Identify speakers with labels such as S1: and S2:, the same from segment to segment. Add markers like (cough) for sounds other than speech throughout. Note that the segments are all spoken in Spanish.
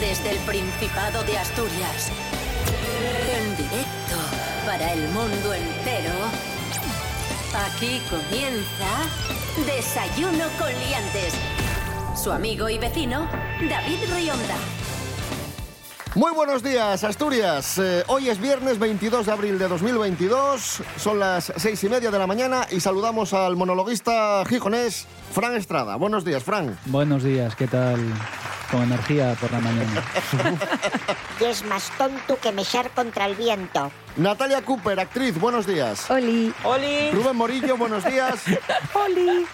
S1: Desde el Principado de Asturias. En directo para el mundo entero. Aquí comienza Desayuno con Liantes. Su amigo y vecino, David Rionda.
S2: Muy buenos días, Asturias. Eh, hoy es viernes 22 de abril de 2022. Son las seis y media de la mañana y saludamos al monologuista gijonés, Fran Estrada. Buenos días, Fran.
S3: Buenos días, ¿qué tal? Con energía por
S4: (laughs)
S3: la mañana.
S5: Y es más tonto que mechar contra el viento.
S2: Natalia Cooper, actriz. Buenos días.
S6: Oli.
S7: Oli,
S2: Rubén Morillo, buenos
S3: (laughs)
S2: días.
S6: Oli.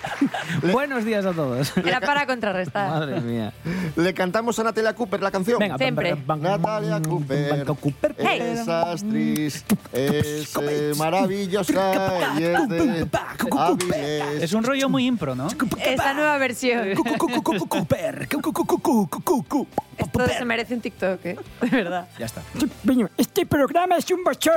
S3: Buenos días a todos.
S6: Era para contrarrestar.
S3: Madre mía.
S2: Le cantamos a Natalia Cooper la canción.
S3: Venga,
S6: Siempre.
S3: bam, bam, bam,
S2: Natalia
S3: bam,
S2: Cooper,
S3: bam, Cooper.
S6: Hey.
S2: es actriz, es eh, maravillosa y es de Avilés.
S3: Es un rollo muy impro, ¿no?
S6: Esta nueva versión.
S3: Cooper.
S6: Esto se merece un TikTok, ¿eh? De verdad.
S3: Ya está.
S8: Este programa es un bochorno.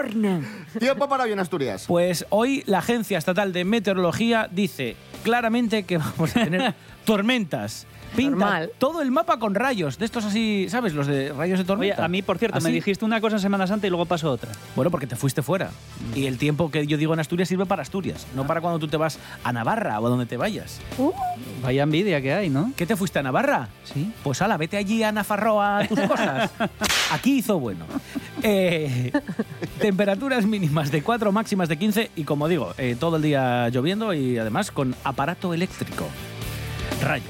S2: Tiempo para bien, Asturias.
S3: Pues hoy la Agencia Estatal de Meteorología dice claramente que vamos
S4: (laughs)
S3: a tener tormentas. Pinta
S6: Normal.
S3: todo el mapa con rayos, de estos así, ¿sabes? Los de rayos de
S4: Oye,
S3: tormenta.
S4: a mí, por cierto, me
S3: Así.
S4: dijiste una cosa en Semana Santa y luego pasó otra.
S3: Bueno, porque te fuiste fuera.
S4: Mm.
S3: Y el tiempo que yo digo en Asturias sirve para Asturias, no
S4: Ah.
S3: para cuando tú te vas a Navarra o a donde te vayas.
S4: Vaya envidia que hay, ¿no?
S3: ¿Qué te fuiste a Navarra?
S4: Sí.
S3: Pues ala, vete allí a Nafarroa a tus
S9: (laughs)
S3: cosas. Aquí hizo bueno. Eh, temperaturas mínimas de 4, máximas de 15 y como digo, eh, todo el día lloviendo y además con aparato eléctrico. Rayos.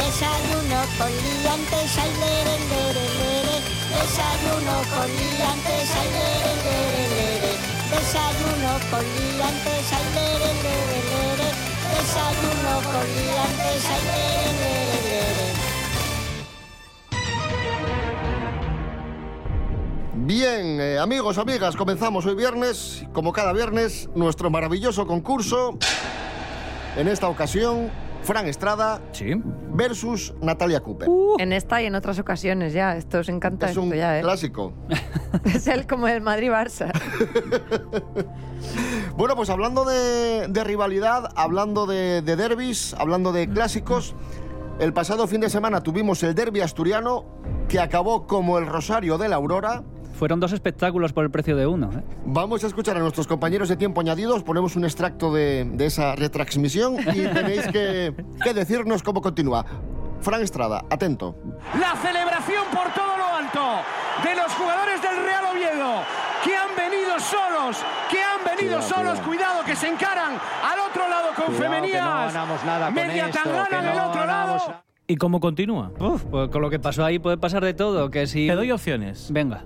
S5: Desayuno con liantes al lere, lere, lere. Desayuno con liantes al lere, lere, lere. Desayuno con liantes al lere, lere, lere. Desayuno con liantes al lere, lere, lere.
S2: Bien, eh, amigos, amigas, comenzamos hoy viernes, como cada viernes, nuestro maravilloso concurso. En esta ocasión, Fran Estrada
S3: Sí.
S2: versus Natalia Cooper.
S6: En esta y en otras ocasiones ya. Esto os encanta
S2: es un
S6: Uh, esto ya, ¿eh?
S2: clásico.
S6: (laughs) Es el como el Madrid-Barça.
S2: Bueno, pues hablando de, de rivalidad, hablando de, de derbis, hablando de clásicos, el pasado fin de semana tuvimos el derby asturiano que acabó como el Rosario de la Aurora.
S4: Fueron dos espectáculos por el precio de uno. ¿eh?
S2: Vamos a escuchar a nuestros compañeros de tiempo añadidos, ponemos un extracto de, de esa retransmisión
S4: (laughs)
S2: y tenéis que, que decirnos cómo continúa. Fran Estrada, atento.
S9: La celebración por todo lo alto de los jugadores del Real Oviedo que han venido solos, que han venido solos, cuidado que se encaran al otro lado con femenías. Media tangana del otro lado.
S3: ¿Y cómo continúa?
S4: Uf, pues con lo que pasó ahí puede pasar de todo. Que si...
S3: Te doy opciones.
S4: Venga.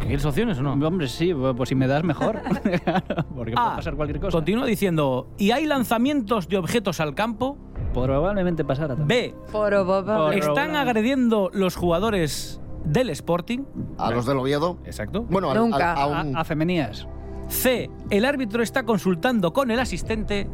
S3: ¿Quieres opciones o no?
S4: Hombre, sí, pues si me das (laughs) mejor. Porque
S3: Ah,
S4: puede pasar cualquier cosa.
S3: Continúa diciendo, ¿y hay lanzamientos de objetos al campo?
S4: Probablemente pasara también.
S3: B.
S6: Poro, bobo.
S4: Por-
S3: ¿Están agrediendo los jugadores del Sporting?
S2: A los del Oviedo.
S3: Exacto.
S2: Bueno, al- al-
S6: Nunca. Ah,
S2: a un-
S4: A, a femenías.
S3: C. El árbitro está consultando con el asistente.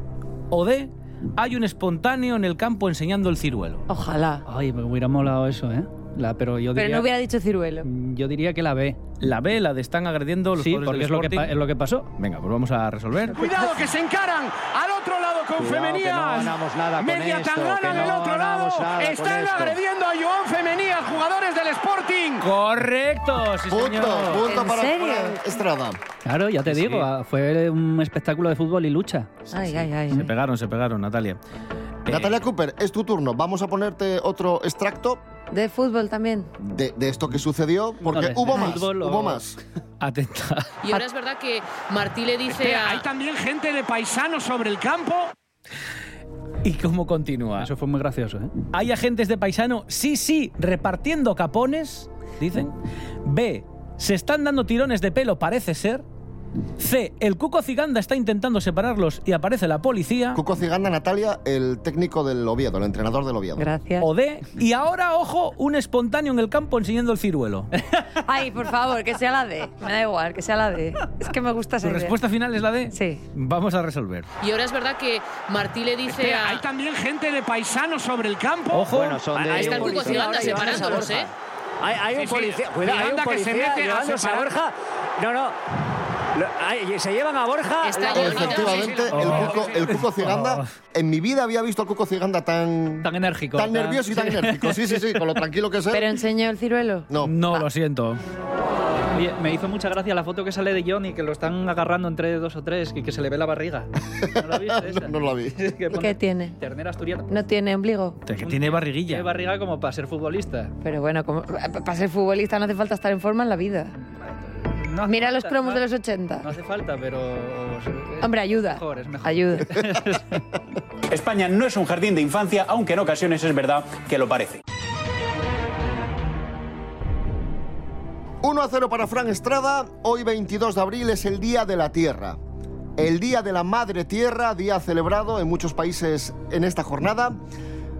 S3: O D. Hay un espontáneo en el campo enseñando el ciruelo.
S6: Ojalá.
S4: Ay, me hubiera molado eso, ¿eh? La, pero yo
S6: Pero
S4: diría,
S6: no hubiera dicho ciruelo.
S4: yo diría que la B.
S3: La B, la de están agrediendo los
S4: Sí, porque
S3: jugadores del
S4: es lo, que,
S3: Sporting.
S4: pa- es lo que pasó.
S3: Venga, pues vamos a resolver.
S9: Cuidado que se encaran al otro lado con femenías. Media tangana del otro lado. Están agrediendo a Joan Femenías, jugadores del Sporting.
S3: ¡Correcto! sí,
S2: punto,
S3: señor.
S2: punto
S6: ¿En
S2: para
S6: serio?
S2: Fran Estrada.
S4: Claro, ya te
S3: Sí,
S4: digo,
S3: sí.
S4: ah, fue un espectáculo de fútbol y lucha.
S6: Ay, ay,
S3: Se
S6: ay.
S3: pegaron, se pegaron, Natalia. Eh,
S2: Natalia Cooper, es tu turno. Vamos a ponerte otro extracto
S6: De fútbol también.
S2: de, de esto que sucedió, porque
S4: de-
S2: hubo
S4: de
S2: más.
S4: fútbol o-
S2: Hubo
S4: (laughs)
S2: más.
S3: Atenta.
S10: Y ahora es verdad que Martí le dice
S9: Espera,
S10: a...
S9: hay también gente de paisanos sobre el campo.
S3: ¿Y cómo continúa?
S4: Eso fue muy gracioso, ¿eh?
S3: ¿Hay agentes de paisano? Sí, sí, repartiendo capones, dicen.
S9: Mm.
S3: B, se están dando tirones de pelo, parece ser. C, el cuco ciganda está intentando separarlos y aparece la policía.
S2: Cuco Ciganda, Natalia, el técnico del Oviedo, el entrenador del Oviedo.
S6: Gracias.
S3: O D, y ahora, ojo, un espontáneo en el campo enseñando el ciruelo.
S6: Ay, por favor, que sea la D. Me da igual, que sea la D. Es que me gusta
S3: ¿Tu
S6: esa idea.
S3: respuesta final es la D?
S6: Sí.
S3: Vamos a resolver.
S10: Y ahora es verdad que Martí le dice
S9: Espera,
S10: a...
S9: hay también gente de paisanos sobre el campo.
S3: Ojo,
S10: Ahí está el Cuco Ciganda separándolos, ¿eh?
S9: Hay, un policía, cuidado, hay un policía que se mete a Borja.
S8: No, no.
S7: Lo- ay, se llevan a Borja. la-
S10: Está lleno,
S7: la-
S2: Efectivamente,
S10: sí, Oh. sí,
S2: el,
S10: sí.
S2: cuco, el Cuco Ciganda. En mi vida había visto al Cuco Ciganda tan,
S4: Tan enérgico.
S2: tan nervioso y tan enérgico. Sí, sí, sí, con lo tranquilo que es él.
S6: Pero enseñó el ciruelo.
S2: No.
S3: No, lo siento.
S4: Oye, me hizo mucha gracia la foto que sale de Johnny, que lo están agarrando entre dos o tres y que se le ve
S2: (laughs)
S4: la barriga. ¿No la viste esa?
S2: No, no la
S4: (laughs)
S2: vi.
S4: Que pone
S6: ¿Qué tiene?
S4: Ternera asturiana.
S6: No tiene ombligo.
S3: Que tiene barriguilla.
S4: Tiene barriga como para ser futbolista.
S6: Pero bueno, como- para ser futbolista no hace falta estar en forma en la vida.
S4: No hace
S6: Mira
S4: falta,
S6: los
S4: no-
S6: promos de los
S4: No
S6: 80.
S4: hace falta, pero... eh,
S6: Hombre, ayuda.
S4: Mejor, es mejor. (laughs)
S6: Ayuda.
S7: España no es un jardín de infancia, aunque en ocasiones es verdad que lo parece.
S2: 1 a 0 para Fran Estrada. Hoy 22 de abril es el Día de la Tierra. El Día de la Madre Tierra, día celebrado en muchos países en esta jornada.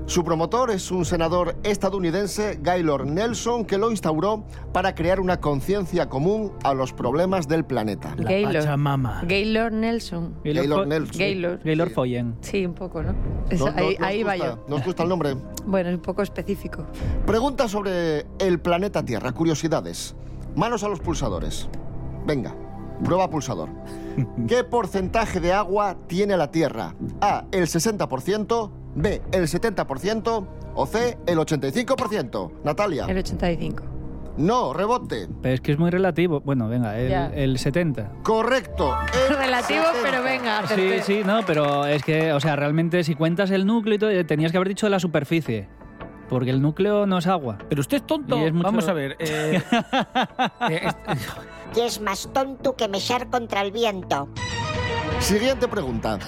S2: Su promotor es un senador estadounidense, Gaylord Nelson, que lo instauró para crear una conciencia común a los problemas del planeta.
S3: La
S6: Gaylord.
S3: Pachamama.
S6: Gaylord Nelson.
S2: Gaylord Nelson.
S6: Gaylord.
S4: Gaylor Foyen.
S6: Sí, un poco, ¿no? Es-
S2: No- no-
S6: ahí
S2: no os
S6: ahí va
S2: gusta,
S6: yo.
S2: no os gusta el nombre.
S6: Bueno, es un poco específico.
S2: Pregunta sobre el planeta Tierra, curiosidades. Manos a los pulsadores. Venga, prueba pulsador. ¿Qué porcentaje de agua tiene la Tierra? A, el 60%, B, el 70% o C, el 85%. Natalia,
S6: El 85.
S2: no, rebote.
S4: Pero es que es muy relativo. Bueno, venga, el,
S6: Ya.
S4: el 70.
S2: Correcto. el
S6: (laughs) (laughs) Relativo,
S2: 70.
S6: pero venga,
S4: Sí,
S6: acerté.
S4: sí, no, pero es que, o sea, realmente si cuentas el núcleo y todo, eh, tenías que haber dicho de la superficie. Porque el núcleo no es agua.
S3: Pero usted es tonto.
S4: Y es mucho-
S3: Vamos a ver. eh, eh, es-
S5: Y es más tonto que mechar contra el viento.
S2: Siguiente pregunta.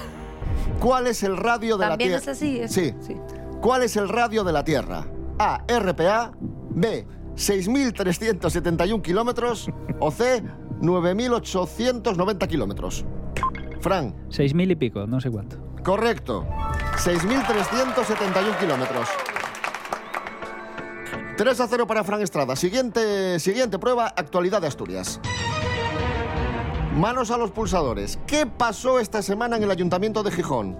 S2: ¿Cuál es el radio de
S6: ¿También
S2: la
S6: es
S2: Tierra?
S6: así? Es-
S2: Sí. ¿Cuál es el radio de la Tierra? A, RPA, B, 6.371 kilómetros o C, 9.890 kilómetros. Fran,
S4: 6.000 y pico, no sé cuánto.
S2: correcto. 6.371 kilómetros. 3 a 0 para Fran Estrada. Siguiente, siguiente prueba, actualidad de Asturias. Manos a los pulsadores. ¿Qué pasó esta semana en el Ayuntamiento de Gijón?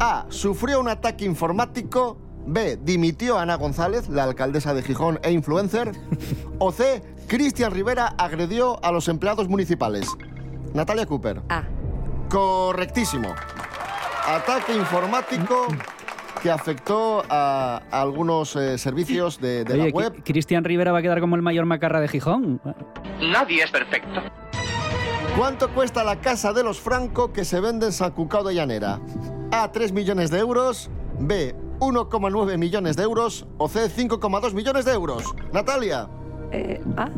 S2: A. Sufrió un ataque informático. B. Dimitió a Ana González, la alcaldesa de Gijón e influencer. O C. Cristian Rivera agredió a los empleados municipales. Natalia Cooper.
S6: A.
S2: Correctísimo. Ataque informático que afectó a, a algunos eh, servicios de, de
S4: Oye,
S2: la web.
S4: Cri- Cristian Rivera va a quedar como el mayor macarra de Gijón.
S7: Nadie es perfecto.
S2: ¿Cuánto cuesta la casa de los Franco que se vende en San Cucao de Llanera? A, 3 millones de euros. B, 1,9 millones de euros. O C, 5,2 millones de euros. Natalia.
S6: Eh, ¿A?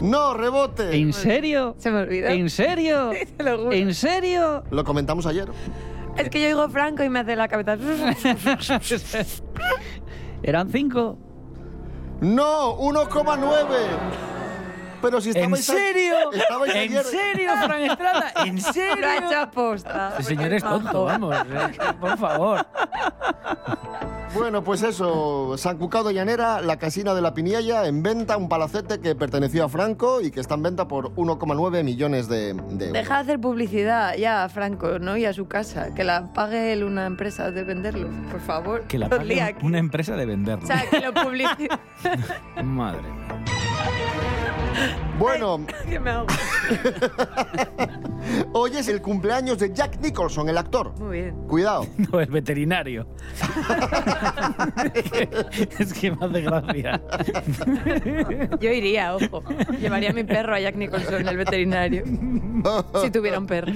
S2: No, rebote.
S4: ¿En serio?
S6: Se me olvidó. (laughs)
S4: ¿En serio?
S6: Te lo juro.
S4: ¿En
S3: (laughs)
S4: serio?
S2: Lo comentamos ayer.
S6: Es que yo digo Franco y me hace la cabeza.
S4: Eran cinco.
S2: No, 1,9. Pero si
S3: ¿En
S2: estabais a-
S3: serio?
S2: estabais
S3: (laughs) ¿En
S2: ayer-
S3: serio, Fran Estrada? ¿En serio?
S6: (laughs) Lo ha hecho aposta.
S3: Este señor es
S6: Majo.
S3: tonto, vamos. eh, Por favor.
S2: Bueno, pues eso, San Cucao de Llanera, la casina de la Piniella, en venta, un palacete que perteneció a Franco y que está en venta por 1,9 millones de, de euros.
S6: Deja de hacer publicidad ya a Franco, ¿no? Y a su casa. Que la pague él una empresa de venderlo, por favor.
S3: Que la
S6: Los
S3: pague
S6: lía aquí.
S3: una empresa de venderlo.
S6: O sea, que lo publicite.
S3: Madre mía.
S2: Bueno,
S6: (laughs) que me hago.
S2: hoy es el cumpleaños de Jack Nicholson, el actor.
S6: Muy bien.
S3: (laughs)
S2: Cuidado.
S3: No, el
S4: (laughs)
S3: veterinario. es que me hace gracia.
S6: Yo iría, ojo. Llevaría a mi perro a Jack Nicholson, el veterinario. si tuviera un perro.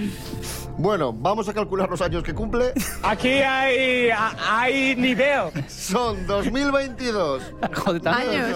S2: Bueno, vamos a calcular los años que cumple.
S9: Aquí hay, hay nivel.
S2: Son 2022
S4: Joder, tanto.
S6: Años.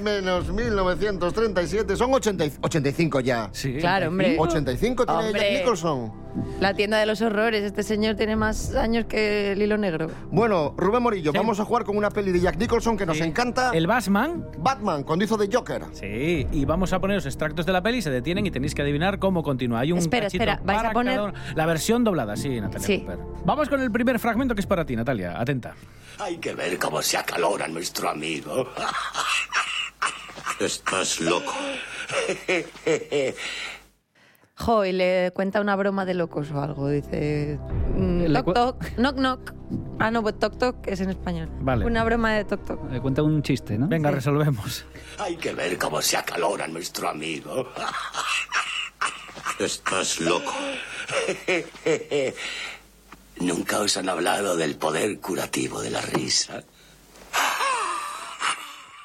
S2: menos- menos 1937, son 80 y- 85 ya.
S3: Sí.
S6: Claro, hombre.
S2: 85 tiene
S6: Hombre.
S2: Jack Nicholson.
S6: La tienda de los horrores. Este señor tiene más años que el hilo negro.
S2: Bueno, Rubén Morillo, vamos a jugar con una peli de Jack Nicholson que nos encanta.
S3: El Batman.
S2: Batman, cuando hizo de Joker.
S3: Sí, y vamos a poner los extractos de la peli, se detienen y tenéis que adivinar cómo continúa. Hay un
S6: Espera,
S3: cachito
S6: espera, ¿vais
S3: para
S6: a poner-
S3: cada uno. la versión doblada, sí, Natalia.
S6: Sí.
S3: Cooper. Vamos con el primer fragmento que es para ti, Natalia. Atenta.
S11: Hay que ver cómo se acalora nuestro amigo. Estás loco.
S6: Jo, y le cuenta una broma de locos o algo. Dice. mm,
S4: Le
S6: toc,
S4: cu-
S6: toc, knock, knock. Ah, no, pues Toc Toc es en español.
S3: Vale.
S6: Una broma de Toc Toc.
S3: Le cuenta un chiste, ¿no? Venga, resolvemos.
S12: Hay que ver cómo se acalora nuestro amigo. (laughs) Estás loco. (laughs) Nunca os han hablado del poder curativo de la risa.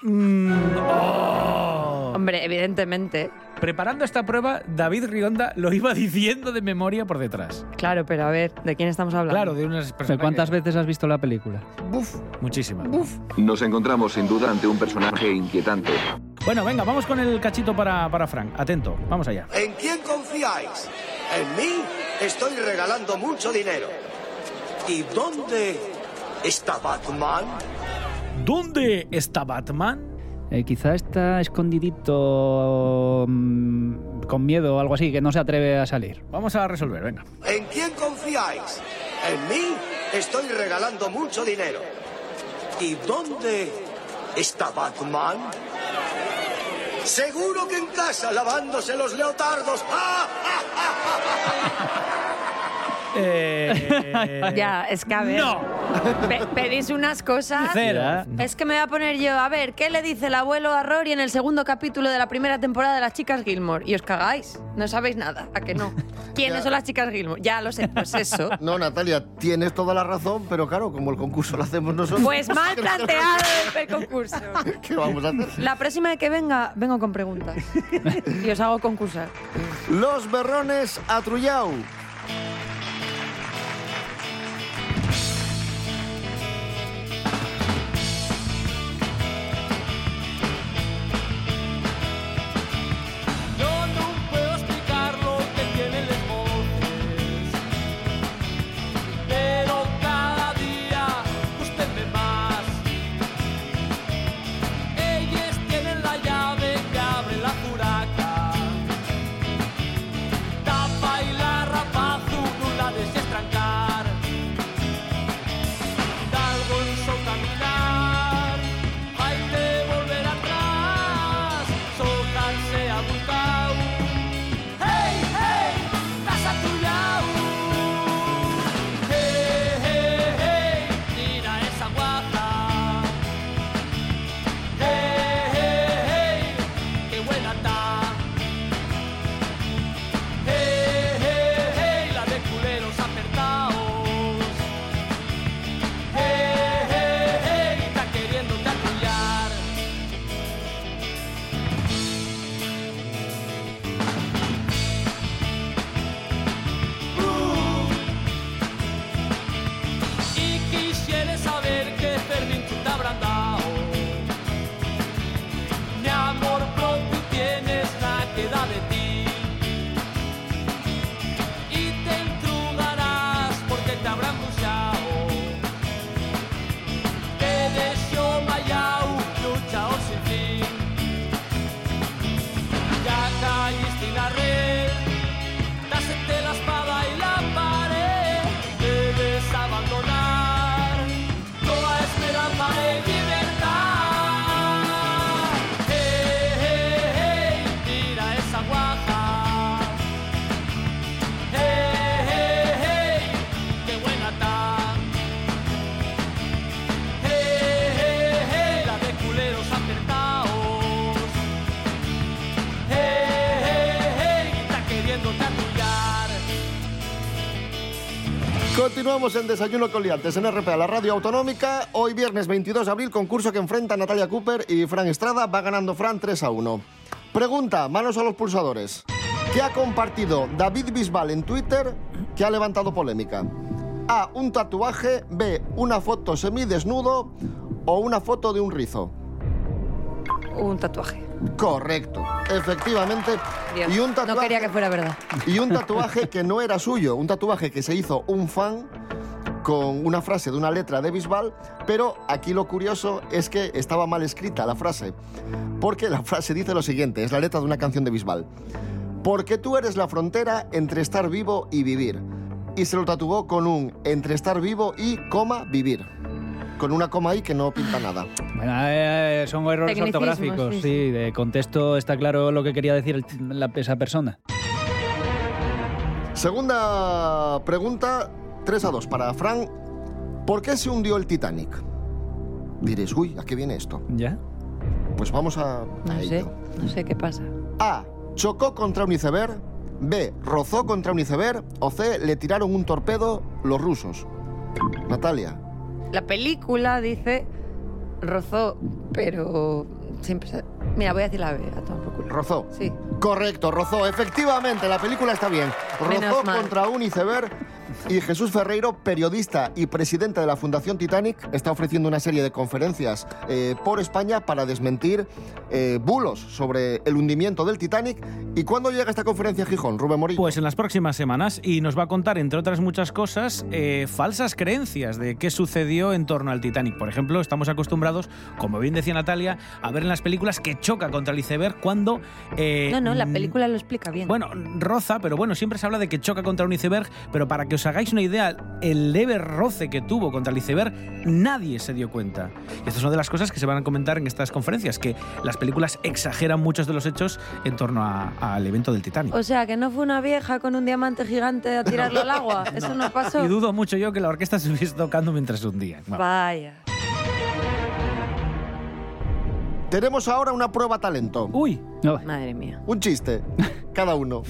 S3: Oh.
S6: Hombre, evidentemente.
S3: Preparando esta prueba, David Rionda lo iba (laughs) diciendo de memoria por detrás.
S6: Claro, pero a ver, ¿de quién estamos hablando?
S3: Claro, de unas personas.
S13: ¿Cuántas veces has visto la película?
S3: Muchísimas.
S14: Nos encontramos sin duda ante un personaje inquietante.
S3: Bueno, venga, vamos con el cachito para, para Frank. Atento, vamos allá.
S12: ¿En quién confiáis? En mí estoy regalando mucho dinero. ¿Y dónde está Batman?
S3: ¿Dónde está Batman?
S13: Eh, quizá está escondidito mm, con miedo o algo así, que no se atreve a salir.
S3: Vamos a resolver, venga.
S12: ¿En quién confiáis? En mí estoy regalando mucho dinero. ¿Y dónde está Batman? Seguro que en casa lavándose los leotardos. ¡Ah!
S6: Ya, es que a ver.
S3: No.
S6: Pe- pedís unas cosas.
S3: Cera.
S6: Es que me voy a poner yo, a ver, ¿qué le dice el abuelo a Rory en el segundo capítulo de la primera temporada de Las Chicas Gilmore? Y os cagáis. No sabéis nada. ¿A que no?
S2: (laughs)
S6: ¿Quiénes
S2: Ya.
S6: son las chicas Gilmore? Ya lo sé,
S2: (laughs)
S6: pues eso.
S2: No, Natalia, tienes toda la razón, pero claro, como el concurso lo hacemos nosotros.
S6: Pues
S2: (laughs)
S6: mal planteado el concurso.
S2: ¿Qué vamos a hacer?
S6: La próxima vez que venga, vengo con preguntas.
S2: (laughs)
S6: Y os hago concursar.
S2: Los berrones a Trullau.
S4: Yo no puedo explicar lo que tienen los montes, pero cada día usted ve más. Ellos tienen la llave que abre la curaca, tapa y la rapazu no la desestrancar. Dalgo en su caminar, hay que volver atrás, soltarse a buscar. ¡Hey, hey! ¡Casa tuya! ¡Hey, hey, hey! ¡Mira esa guapa! ¡Hey, hey, hey! ¡Qué buena está! ¡Hey, hey, hey! La de culeros apertados. ¡Hey, hey, hey! Está queriéndote arrullar. Y quisiera saber qué fermento te habrán dado. Mi amor, pronto tienes la queda de ti. Y te entrugarás porque te habrán buchado. Te deseo mayau, lucha o sin fin. Ya caíste en la red, dásete la espada y la pared. Debes abandonar toda esperanza de libertad. Hey, hey, hey, mira esa guaja. Hey, hey, hey, qué buena está. Hey, hey, hey, la de culeros apertados. Hey, hey, hey, está queriendo atullar.
S2: Continuamos en Desayuno con Liantes en RPA, la radio autonómica. Hoy viernes 22 de abril, concurso que enfrenta a Natalia Cooper y Fran Estrada. Va ganando Fran 3 a 1. Pregunta, manos a los pulsadores. ¿Qué ha compartido David Bisbal en Twitter que ha levantado polémica? A, un tatuaje. B, una foto semidesnudo. O una foto de un rizo.
S6: Un tatuaje.
S2: Correcto, efectivamente.
S6: Dios,
S2: Y un tatuaje...
S6: No quería que fuera verdad.
S2: Y un tatuaje que no era suyo, un tatuaje que se hizo un fan con una frase de una letra de Bisbal, pero aquí lo curioso es que estaba mal escrita la frase, porque la frase dice lo siguiente, es la letra de una canción de Bisbal. Porque tú eres la frontera entre estar vivo y vivir. Y se lo tatuó con un entre estar vivo y coma vivir. Con una coma ahí que no pinta nada.
S13: Bueno, eh, son errores
S2: Tecnicismos,
S13: ortográficos,
S2: sí,
S13: sí,
S2: sí.
S13: De contexto está claro lo que quería decir el- la, esa persona.
S2: Segunda pregunta, 3 a 2 para Fran. ¿Por qué se hundió el Titanic? Diréis, uy, ¿a qué viene esto?
S4: ¿Ya?
S2: Pues vamos a, a
S6: No
S2: ello.
S6: sé, no sé qué pasa.
S2: A. Chocó contra un iceberg. B. Rozó contra un iceberg. O C. Le tiraron un torpedo los rusos. Natalia.
S6: La película dice rozó, pero siempre. se- Mira, voy a decir la B. a tomar por culo.
S2: Rozó.
S6: Sí.
S2: Correcto, rozó. Efectivamente, la película está bien. Rozó
S6: Menos mal.
S2: contra un iceberg. Y Jesús Ferreiro, periodista y presidente de la Fundación Titanic, está ofreciendo una serie de conferencias eh, por España para desmentir eh, bulos sobre el hundimiento del Titanic. ¿Y cuándo llega esta conferencia a Gijón, Rubén Morillo?
S3: Pues en las próximas semanas y nos va a contar, entre otras muchas cosas, eh, falsas creencias de qué sucedió en torno al Titanic. Por ejemplo, estamos acostumbrados, como bien decía Natalia, a ver en las películas que choca contra el iceberg cuando... eh,
S6: No, no, la
S3: mm,
S6: película lo explica bien.
S3: Bueno, roza, pero bueno, siempre se habla de que choca contra un iceberg, pero para que os hagáis una idea, el leve roce que tuvo contra el iceberg, nadie se dio cuenta. Y esta es una de las cosas que se van a comentar en estas conferencias, que las películas exageran muchos de los hechos en torno a- al evento del Titanic.
S6: O sea, que no fue una vieja con un diamante gigante a tirarlo al
S3: (laughs)
S6: agua. Eso no pasó.
S3: Y dudo mucho yo que la orquesta (laughs) estuviese tocando mientras hundían. Bueno,
S6: Vaya.
S2: Tenemos ahora una prueba talento.
S3: Uy,
S6: Madre mía.
S2: Un chiste, cada uno.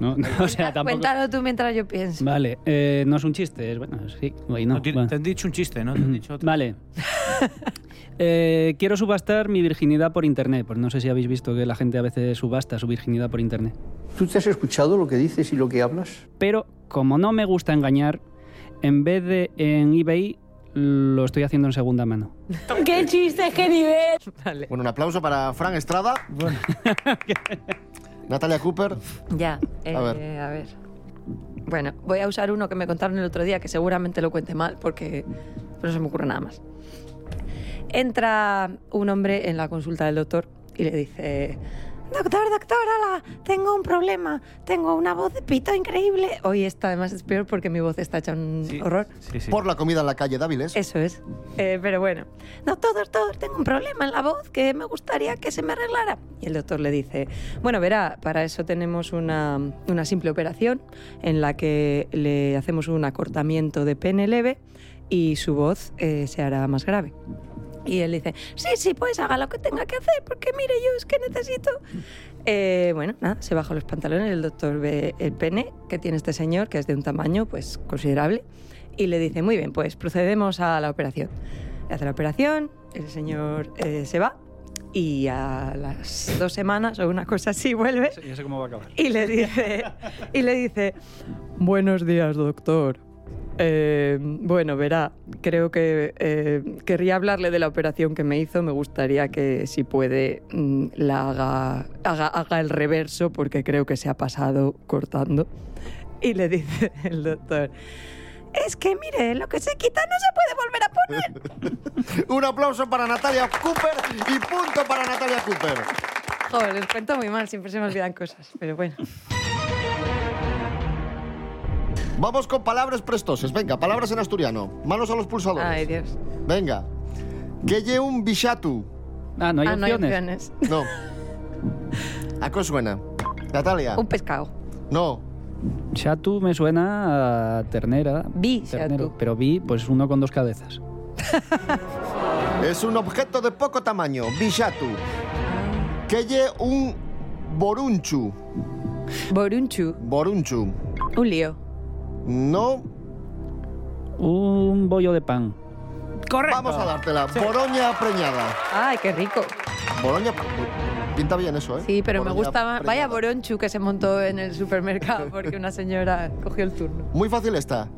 S4: No, (laughs) no, o sea, tampoco...
S6: Cuéntalo tú mientras yo pienso.
S4: Vale, eh, no es un chiste, es bueno, sí, hoy no.
S3: No, ti-
S4: va.
S3: te han dicho un chiste, ¿no? Te han dicho otro.
S4: Vale. Eh, quiero subastar mi virginidad por internet, pues no sé si habéis visto que la gente a veces subasta su virginidad por internet.
S11: ¿Tú te has escuchado lo que dices y lo que hablas?
S4: Pero como no me gusta engañar, en vez de en eBay lo estoy haciendo en segunda mano.
S2: ¡Qué chiste, qué
S3: (laughs)
S2: nivel! Bueno, un aplauso para Fran Estrada. (laughs) Natalia Cooper.
S6: Ya. eh,
S2: A
S6: a,
S2: ver.
S6: ver. Bueno, voy a usar uno que me contaron el otro día, que seguramente lo cuente mal, porque no se me ocurre nada más. Entra un hombre en la consulta del doctor y le dice... Doctor, doctor, hola, tengo un problema, tengo una voz de pito increíble. Hoy esta además es peor porque mi voz está hecha un Mm, horror.
S2: Por la comida en la calle de Áviles.
S6: Eso es. Eh, pero bueno, doctor, doctor, tengo un problema en la voz que me gustaría que se me arreglara. Y el doctor le dice, bueno, verá, para eso tenemos una, una simple operación en la que le hacemos un acortamiento de pene leve y su voz eh, se hará más grave. Y él dice, sí, sí, pues haga lo que tenga que hacer, porque mire, yo es que necesito... Eh, bueno, nada, se baja los pantalones, el doctor ve el pene que tiene este señor, que es de un tamaño pues considerable, y le dice, muy bien, pues procedemos a la operación. Le hace la operación, el señor eh, se va, y a las dos semanas o una cosa así vuelve,
S4: Ya sé cómo va a acabar.
S6: y le dice, y le dice buenos días, doctor. Eh, bueno, verá, creo que eh, querría hablarle de la operación que me hizo. Me gustaría que, si puede, mm, la haga, haga, haga el reverso porque creo que se ha pasado cortando. Y le dice el doctor, es que mire, lo que se quita no se puede volver a poner.
S4: (laughs)
S2: Un aplauso para Natalia Cooper y punto para Natalia Cooper.
S6: Joder, les cuento muy mal, siempre se me olvidan cosas, pero bueno.
S2: Vamos con palabras prestoses. Venga, palabras en asturiano. Manos a los pulsadores.
S6: Ay, Dios.
S2: Venga. Que lle un bichatu.
S4: Ah, no hay
S6: ah, no hay
S4: opciones.
S6: opciones.
S2: No. ¿A qué os suena? Natalia.
S6: Un pescado.
S2: No.
S4: Chatu me suena a ternera.
S6: Bi,
S4: ternero,
S6: chatu.
S4: Pero vi, pues uno con dos cabezas.
S2: Es un objeto de poco tamaño. Bichatu. Que lle un borunchu.
S6: Borunchu.
S2: Borunchu.
S6: Un lío.
S2: No.
S4: Un bollo de pan.
S3: Correcto.
S2: Vamos a dártela. Boroña preñada.
S6: Ay, qué rico.
S2: Boroña. Pinta bien eso, ¿eh?
S6: Sí, pero me
S2: Boroña
S6: gusta más.
S2: preñada.
S6: Vaya Boronchu que se montó en
S2: (laughs)
S6: el supermercado porque una señora cogió el turno.
S2: Muy fácil está.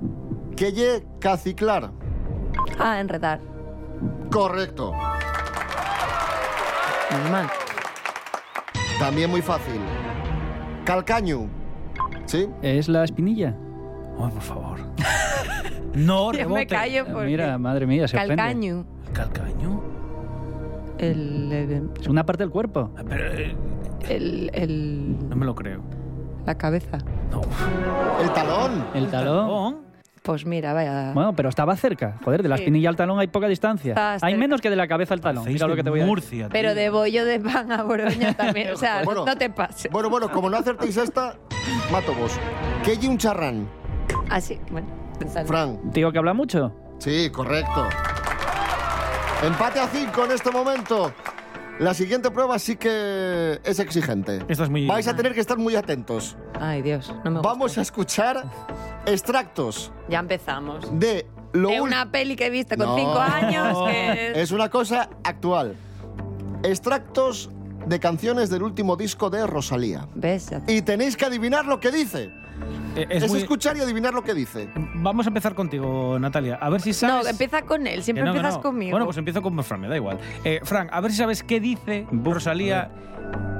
S2: Que lle caciclar.
S6: Ah, enredar.
S2: Correcto.
S6: Normal.
S2: También muy fácil. Calcañu. ¿Sí?
S4: ¿Es la espinilla?
S3: Ay, por favor.
S6: (laughs)
S3: No,
S6: Yo (laughs)
S3: rebote. Eh,
S6: me callo porque.
S4: Mira, madre mía, se ofende.
S6: calcañu.
S3: ¿El calcaño?
S6: El, el,
S4: Es una parte del cuerpo.
S3: Ah, Pero, eh,
S6: el- el-
S3: no me lo creo.
S6: la cabeza.
S3: No.
S2: El talón.
S4: El talón.
S6: Pues mira, vaya.
S4: Bueno, pero estaba cerca. Joder, de la
S6: Sí.
S4: espinilla al talón hay poca distancia.
S6: Estabas
S4: hay
S6: cerca.
S4: menos que de la cabeza al talón.
S3: Hacéis
S4: Mira lo
S3: de
S4: que te voy a decir.
S3: Murcia.
S6: Pero
S3: tío.
S6: de bollo de pan a Boroño también. O sea,
S2: (laughs) Bueno.
S6: no te pases.
S2: Bueno, bueno, como no acertéis esta, mato vos. Que lle un charrán.
S6: Así, Ah, bueno.
S2: Fran.
S4: ¿Digo que habla mucho?
S2: Sí, correcto. Empate a 5 en este momento. La siguiente prueba sí que es exigente.
S3: Esta es muy... ¿eh?
S2: Vais a tener que estar muy atentos.
S6: Ay, Dios, no me gusta.
S2: Vamos a escuchar extractos
S6: Ya empezamos.
S2: de lo
S6: Es
S2: ul-
S6: Eh, una peli que he visto con
S2: No.
S6: cinco años. que (laughs) es-
S2: Es una cosa actual. Extractos de canciones del último disco de Rosalía.
S6: ¿Ves?
S2: Y tenéis que adivinar lo que dice.
S3: Eh,
S2: Es,
S3: es muy-
S2: escuchar y adivinar lo que dice.
S3: Vamos a empezar contigo, Natalia. A ver si sabes...
S6: No, empieza con él, siempre
S3: Que Eh, no, que
S6: empiezas
S3: no.
S6: conmigo.
S3: Bueno, pues empiezo con Fran, me da igual. Eh, Frank, a ver si sabes qué dice Rosalía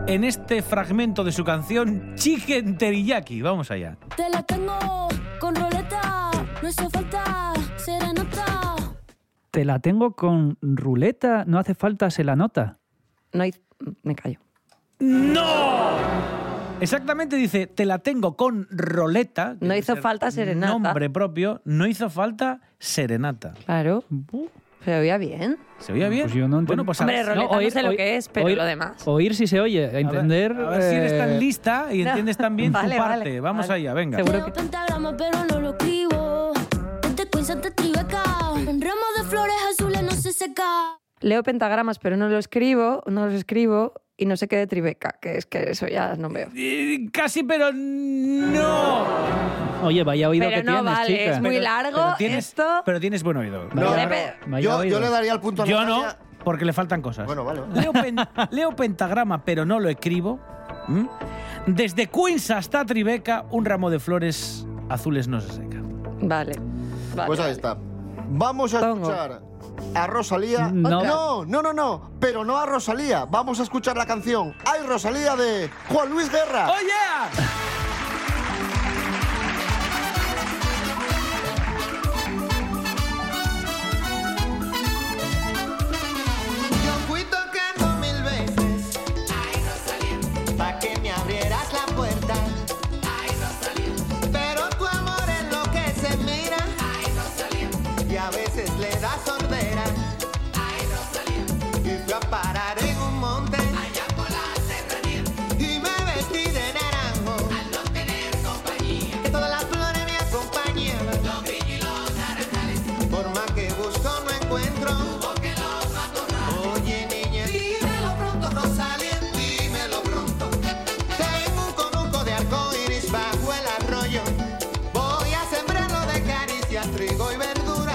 S3: en este fragmento de su canción Chicken Teriyaki. Vamos allá.
S15: Te la tengo con roleta, no hizo falta serenata.
S4: Te la tengo con ruleta, no hace falta, se la nota.
S6: No hay... Me callo.
S3: ¡No! Exactamente dice, te la tengo con roleta. que
S6: No
S3: debe
S6: hizo
S3: ser
S6: falta serenata.
S3: Nombre propio, no hizo falta serenata.
S6: Claro. Se oía bien.
S3: ¿Se oía bien?
S4: Pues yo no entiendo.
S3: Bueno, pues a-
S6: Hombre, roleta no,
S4: oír-
S6: sé lo
S4: oír-
S6: que es, pero
S4: oír-
S6: lo demás.
S4: Oír si se oye, a entender.
S3: a ver si eres tan
S4: eh,
S3: lista y
S6: No.
S3: entiendes
S6: (laughs)
S3: tan bien
S6: Vale,
S3: tu
S6: vale,
S3: parte. Vamos allá, venga.
S15: Creo pentagrama, pero no lo escribo. Este Desde Queen Santa Tribeca. Un ramo de flores azules no se seca.
S6: Leo pentagramas, pero no lo escribo, no los escribo y no sé qué de Tribeca, que es que eso ya no veo.
S3: Eh, Casi, pero no.
S4: Oye, vaya oído
S6: Pero
S4: que
S6: no
S4: tienes,
S6: vale,
S4: chica.
S6: es muy largo
S3: tienes,
S6: esto.
S3: Pero tienes buen oído.
S2: No,
S6: Vaya-
S2: no, no.
S4: Vaya
S2: Yo,
S4: oído.
S2: yo le daría el punto a
S3: Yo no,
S2: Natalia.
S3: porque le faltan cosas.
S2: Bueno, vale.
S3: Leo, pen- leo pentagrama, pero no lo escribo. ¿m? Desde Queens hasta Tribeca, un ramo de flores azules no se seca.
S6: Vale. vale,
S2: Pues ahí
S6: vale.
S2: está. Vamos a
S6: Pongo.
S2: escuchar a Rosalía.
S4: No.
S2: no, no, no, no, Pero no a Rosalía. Vamos a escuchar la canción Ay Rosalía de Juan Luis Guerra.
S3: ¡Oye!
S12: Yo fui tocando mil veces. Ay, Rosalía. Pa' que me abrieras la puerta. Ay, Rosalía. Pero tu amor es lo que se mira. Ay, Rosalía. Y a veces le das sordera. Ay, Rosalía. Y fui a parar en un monte. Allá por la serranía. Y me vestí de naranjo. Al no tener compañía. Que todas las flores me acompañaban. Los grillos y los naranjales. Por más que busco no encuentro. que los Oye niña, dímelo pronto Rosalía, dímelo pronto. Tengo un conuco de arcoiris bajo el arroyo. Voy a sembrarlo de caricias, trigo y verdura.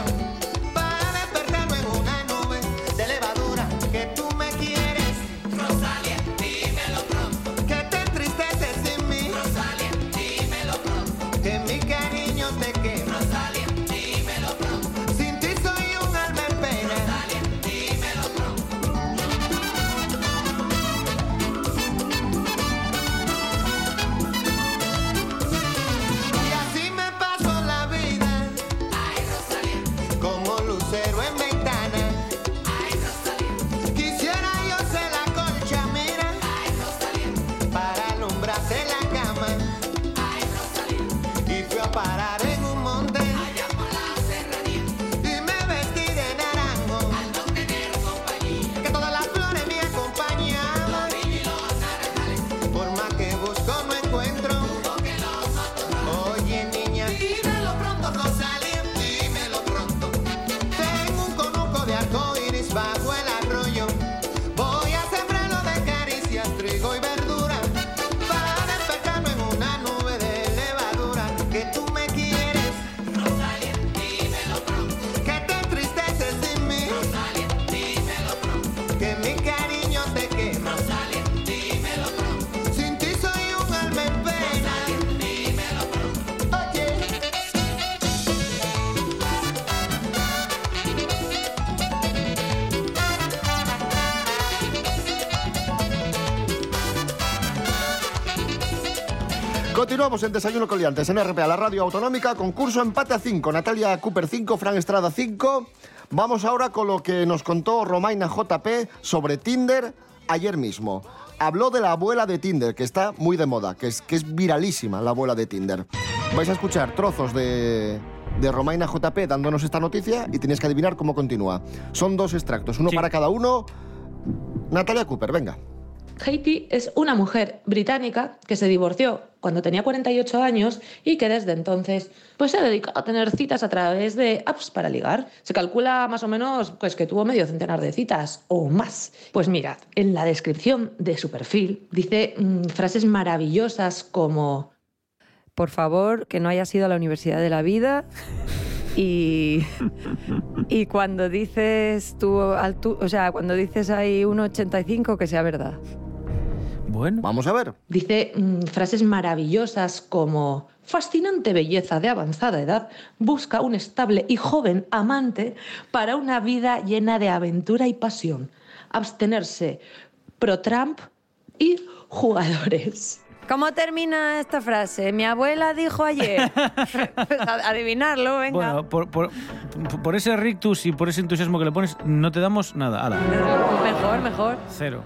S12: Para despertarlo en una nube de levadura. Que tú me quieres, Rosalía, dímelo pronto. Que te entristeces sin mí, Rosalía, dímelo pronto. Que mi cariño te quema, Rosalía, dímelo pronto. Sin ti soy un alma en pena, Rosalía, dímelo pronto. Y así me pasó la vida. Ay, Rosalía. Como lucero en ventana. Ay, Rosalía. Quisiera yo ser la colcha, mira. Ay, Rosalía. Para alumbrarse la cama. Ay, Rosalía. Y fui a parar en un monte. Allá por la serranía. Y me vestí de naranjo. Al no tener compañía. Que todas las flores me acompañaban. y los naranjales. Por más que busco no encuentro. Oye niña, dímelo pronto Rosalía, dímelo pronto. Tengo un conuco de arcoiris bajo el arroyo. Voy a sembrarlo de caricias, trigo y verdura. Para despertarlo en una nube de levadura. Que tú me quieres, Rosalía, dímelo pronto. Que te entristeces sin mí, Rosalía, dímelo pronto. Que mi cariño te quema, Rosalía, dímelo pronto. Sin ti soy un alma en pena, dímelo pronto. Oye.
S2: Continuamos en Desayuno Coliantes en RPA, la radio autonómica. Concurso empate a 5. Natalia Cooper 5, Fran Estrada 5. Vamos ahora con lo que nos contó Romaina JP sobre Tinder ayer mismo. Habló de la abuela de Tinder, que está muy de moda, que es, que es viralísima la abuela de Tinder. Vais a escuchar trozos de, de Romaina JP dándonos esta noticia y tenéis que adivinar cómo continúa. Son dos extractos, uno para cada uno. Natalia Cooper, venga.
S16: Haiti es una mujer británica que se divorció cuando tenía 48 años y que desde entonces pues se ha dedicado a tener citas a través de apps para ligar. Se calcula más o menos pues que tuvo medio centenar de citas o más. Pues mirad, en la descripción de su perfil dice mm, frases maravillosas como
S6: Por favor, que no hayas ido a la Universidad de la Vida. Y, y cuando dices tú, altu- o sea, cuando dices ahí 1,85, que sea verdad.
S3: Bueno.
S2: Vamos a ver.
S16: Dice mm, frases maravillosas como fascinante belleza de avanzada edad, busca un estable y joven amante para una vida llena de aventura y pasión. Abstenerse pro Trump y jugadores.
S6: ¿Cómo termina esta frase? Mi abuela
S4: (laughs)
S6: dijo ayer. Pues a- adivinarlo, venga.
S3: Bueno, por, por- por ese rictus y por ese entusiasmo que le pones, no te damos nada. Ala,
S6: Mejor, mejor.
S3: cero.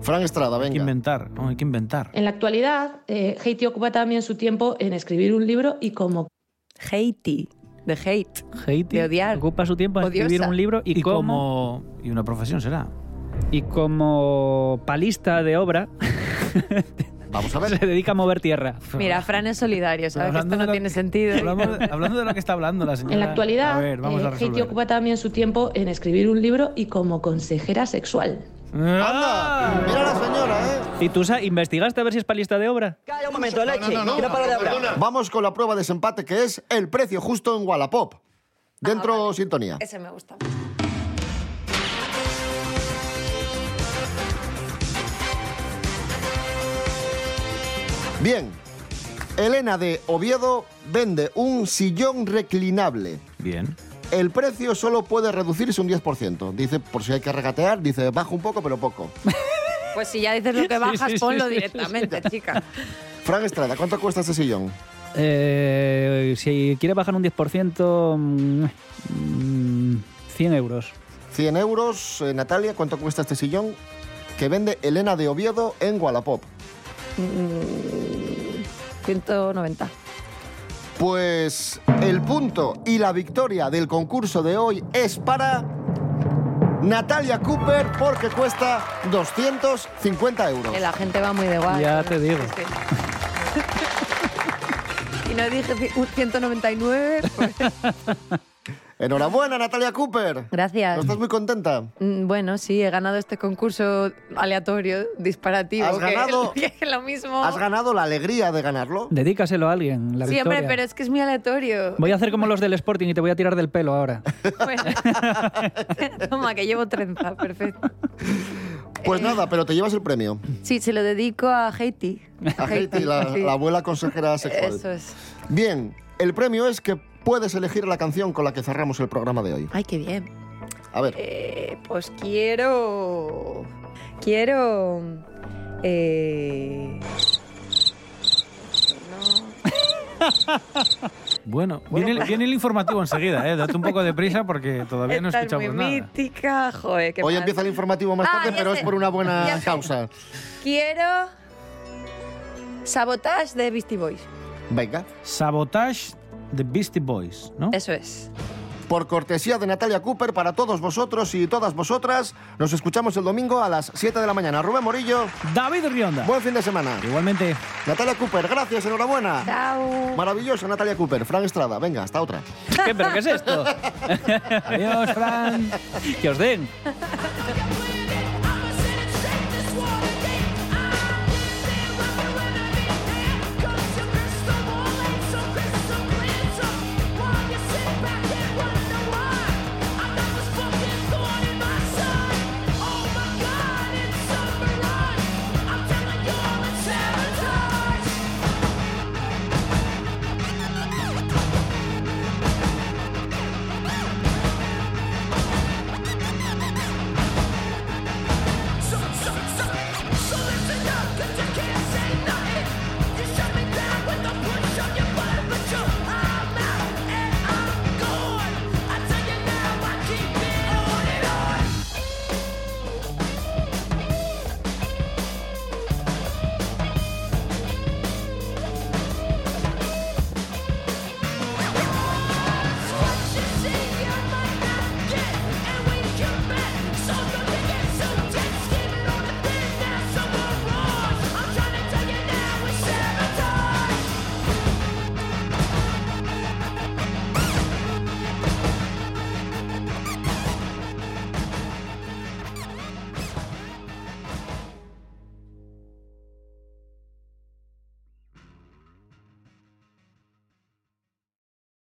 S2: Fran Estrada, venga.
S3: Hay que inventar, no, hay que inventar.
S16: En la actualidad, eh, Haiti ocupa también su tiempo en escribir un libro y como
S6: Haiti, de hate.
S4: Haiti
S6: De odiar.
S4: ocupa su tiempo en
S6: Odiosa.
S4: escribir un libro y,
S3: Y
S4: como,
S3: como... Y una profesión será.
S4: y como palista de obra (laughs)
S2: Vamos a
S4: se dedica a mover tierra.
S6: Mira, Fran es solidario, ¿sabes? Que esto
S3: Hablando de
S6: no
S3: lo-
S6: tiene sentido.
S3: Hablamos de- hablando de lo que está hablando la señora.
S16: En la
S3: A
S16: actualidad,
S3: ver, vamos
S16: eh,
S3: a
S16: Haiti
S3: resolver.
S16: ocupa también su tiempo en escribir un libro y como consejera sexual.
S2: ¡Anda! Mira la señora, ¿eh?
S4: ¿Y tú sa- investigaste a ver si es palista de obra?
S11: Calla un momento, leche. que no paro de hablar.
S2: Vamos con la prueba de desempate que es el precio justo en Wallapop. Dentro sintonía.
S6: Ese me gusta.
S2: Bien. Elena de Oviedo vende un sillón reclinable.
S3: Bien.
S2: El precio solo puede reducirse un 10%. Dice, por si hay que regatear, dice, baja un poco, pero poco.
S6: Pues si ya dices lo que bajas,
S4: sí, sí,
S6: ponlo
S4: sí, sí,
S6: directamente, chica.
S2: Fran Estrada, ¿cuánto cuesta este sillón?
S4: Eh, si quiere bajar un 10%, mm, 100 euros.
S2: 100 euros. Eh, Natalia, ¿cuánto cuesta este sillón? Que vende Elena de Oviedo en Wallapop.
S6: Mm, 190.
S2: Pues el punto y la victoria del concurso de hoy es para Natalia Cooper porque cuesta 250 euros.
S6: Que la gente va muy de guay.
S4: Ya
S6: ¿no?
S4: te digo.
S6: Es que- Y no dije ci- un 199.
S4: (laughs)
S6: pues-
S2: Enhorabuena Natalia Cooper.
S6: Gracias.
S2: ¿No estás muy contenta?
S6: Mm, Bueno, sí, he ganado este concurso aleatorio, disparativo.
S2: Has
S6: que-
S2: ganado-
S6: (laughs) que es lo mismo.
S2: Has ganado la alegría de ganarlo.
S4: Dedícaselo a alguien, la
S6: Siempre,
S4: victoria.
S6: pero es que es muy aleatorio.
S4: Voy a hacer como los del Sporting y te voy a tirar del pelo ahora.
S6: (laughs) Bueno. Toma, que llevo trenza, perfecto.
S2: Pues nada, pero te llevas el
S6: (laughs)
S2: premio.
S6: Sí, se lo dedico a Haiti.
S2: A Haiti, la,
S6: sí.
S2: la abuela consejera sexual.
S6: Eso es.
S2: Bien, el premio es que puedes elegir la canción con la que cerramos el programa de hoy.
S6: Ay, qué bien.
S2: A ver,
S6: Eh, pues quiero. Quiero. eh,
S3: Bueno, viene, el- viene el informativo enseguida, ¿eh? Date un poco de prisa porque todavía no
S6: esta es
S3: escuchamos
S6: muy
S3: nada.
S6: mítica, joder. qué
S2: hoy
S6: mal.
S2: empieza el informativo más
S6: Ah,
S2: tarde,
S6: ya
S2: pero
S6: sé.
S2: es por una
S6: Ya
S2: buena
S6: sé.
S2: causa.
S6: Quiero. Sabotage de Beastie Boys.
S2: Venga.
S3: Sabotage de Beastie Boys, ¿no?
S6: Eso es.
S2: Por cortesía de Natalia Cooper, para todos vosotros y todas vosotras, nos escuchamos el domingo a las 7 de la mañana. Rubén Morillo,
S3: (laughs) David Rionda.
S2: buen fin de semana.
S3: (laughs) Igualmente.
S2: Natalia Cooper, gracias, enhorabuena.
S6: Chao.
S2: Maravillosa Natalia Cooper, Fran Estrada, venga, hasta otra.
S4: ¿Qué, ¿Pero qué es esto? (laughs)
S3: Adiós, Fran.
S4: que os den.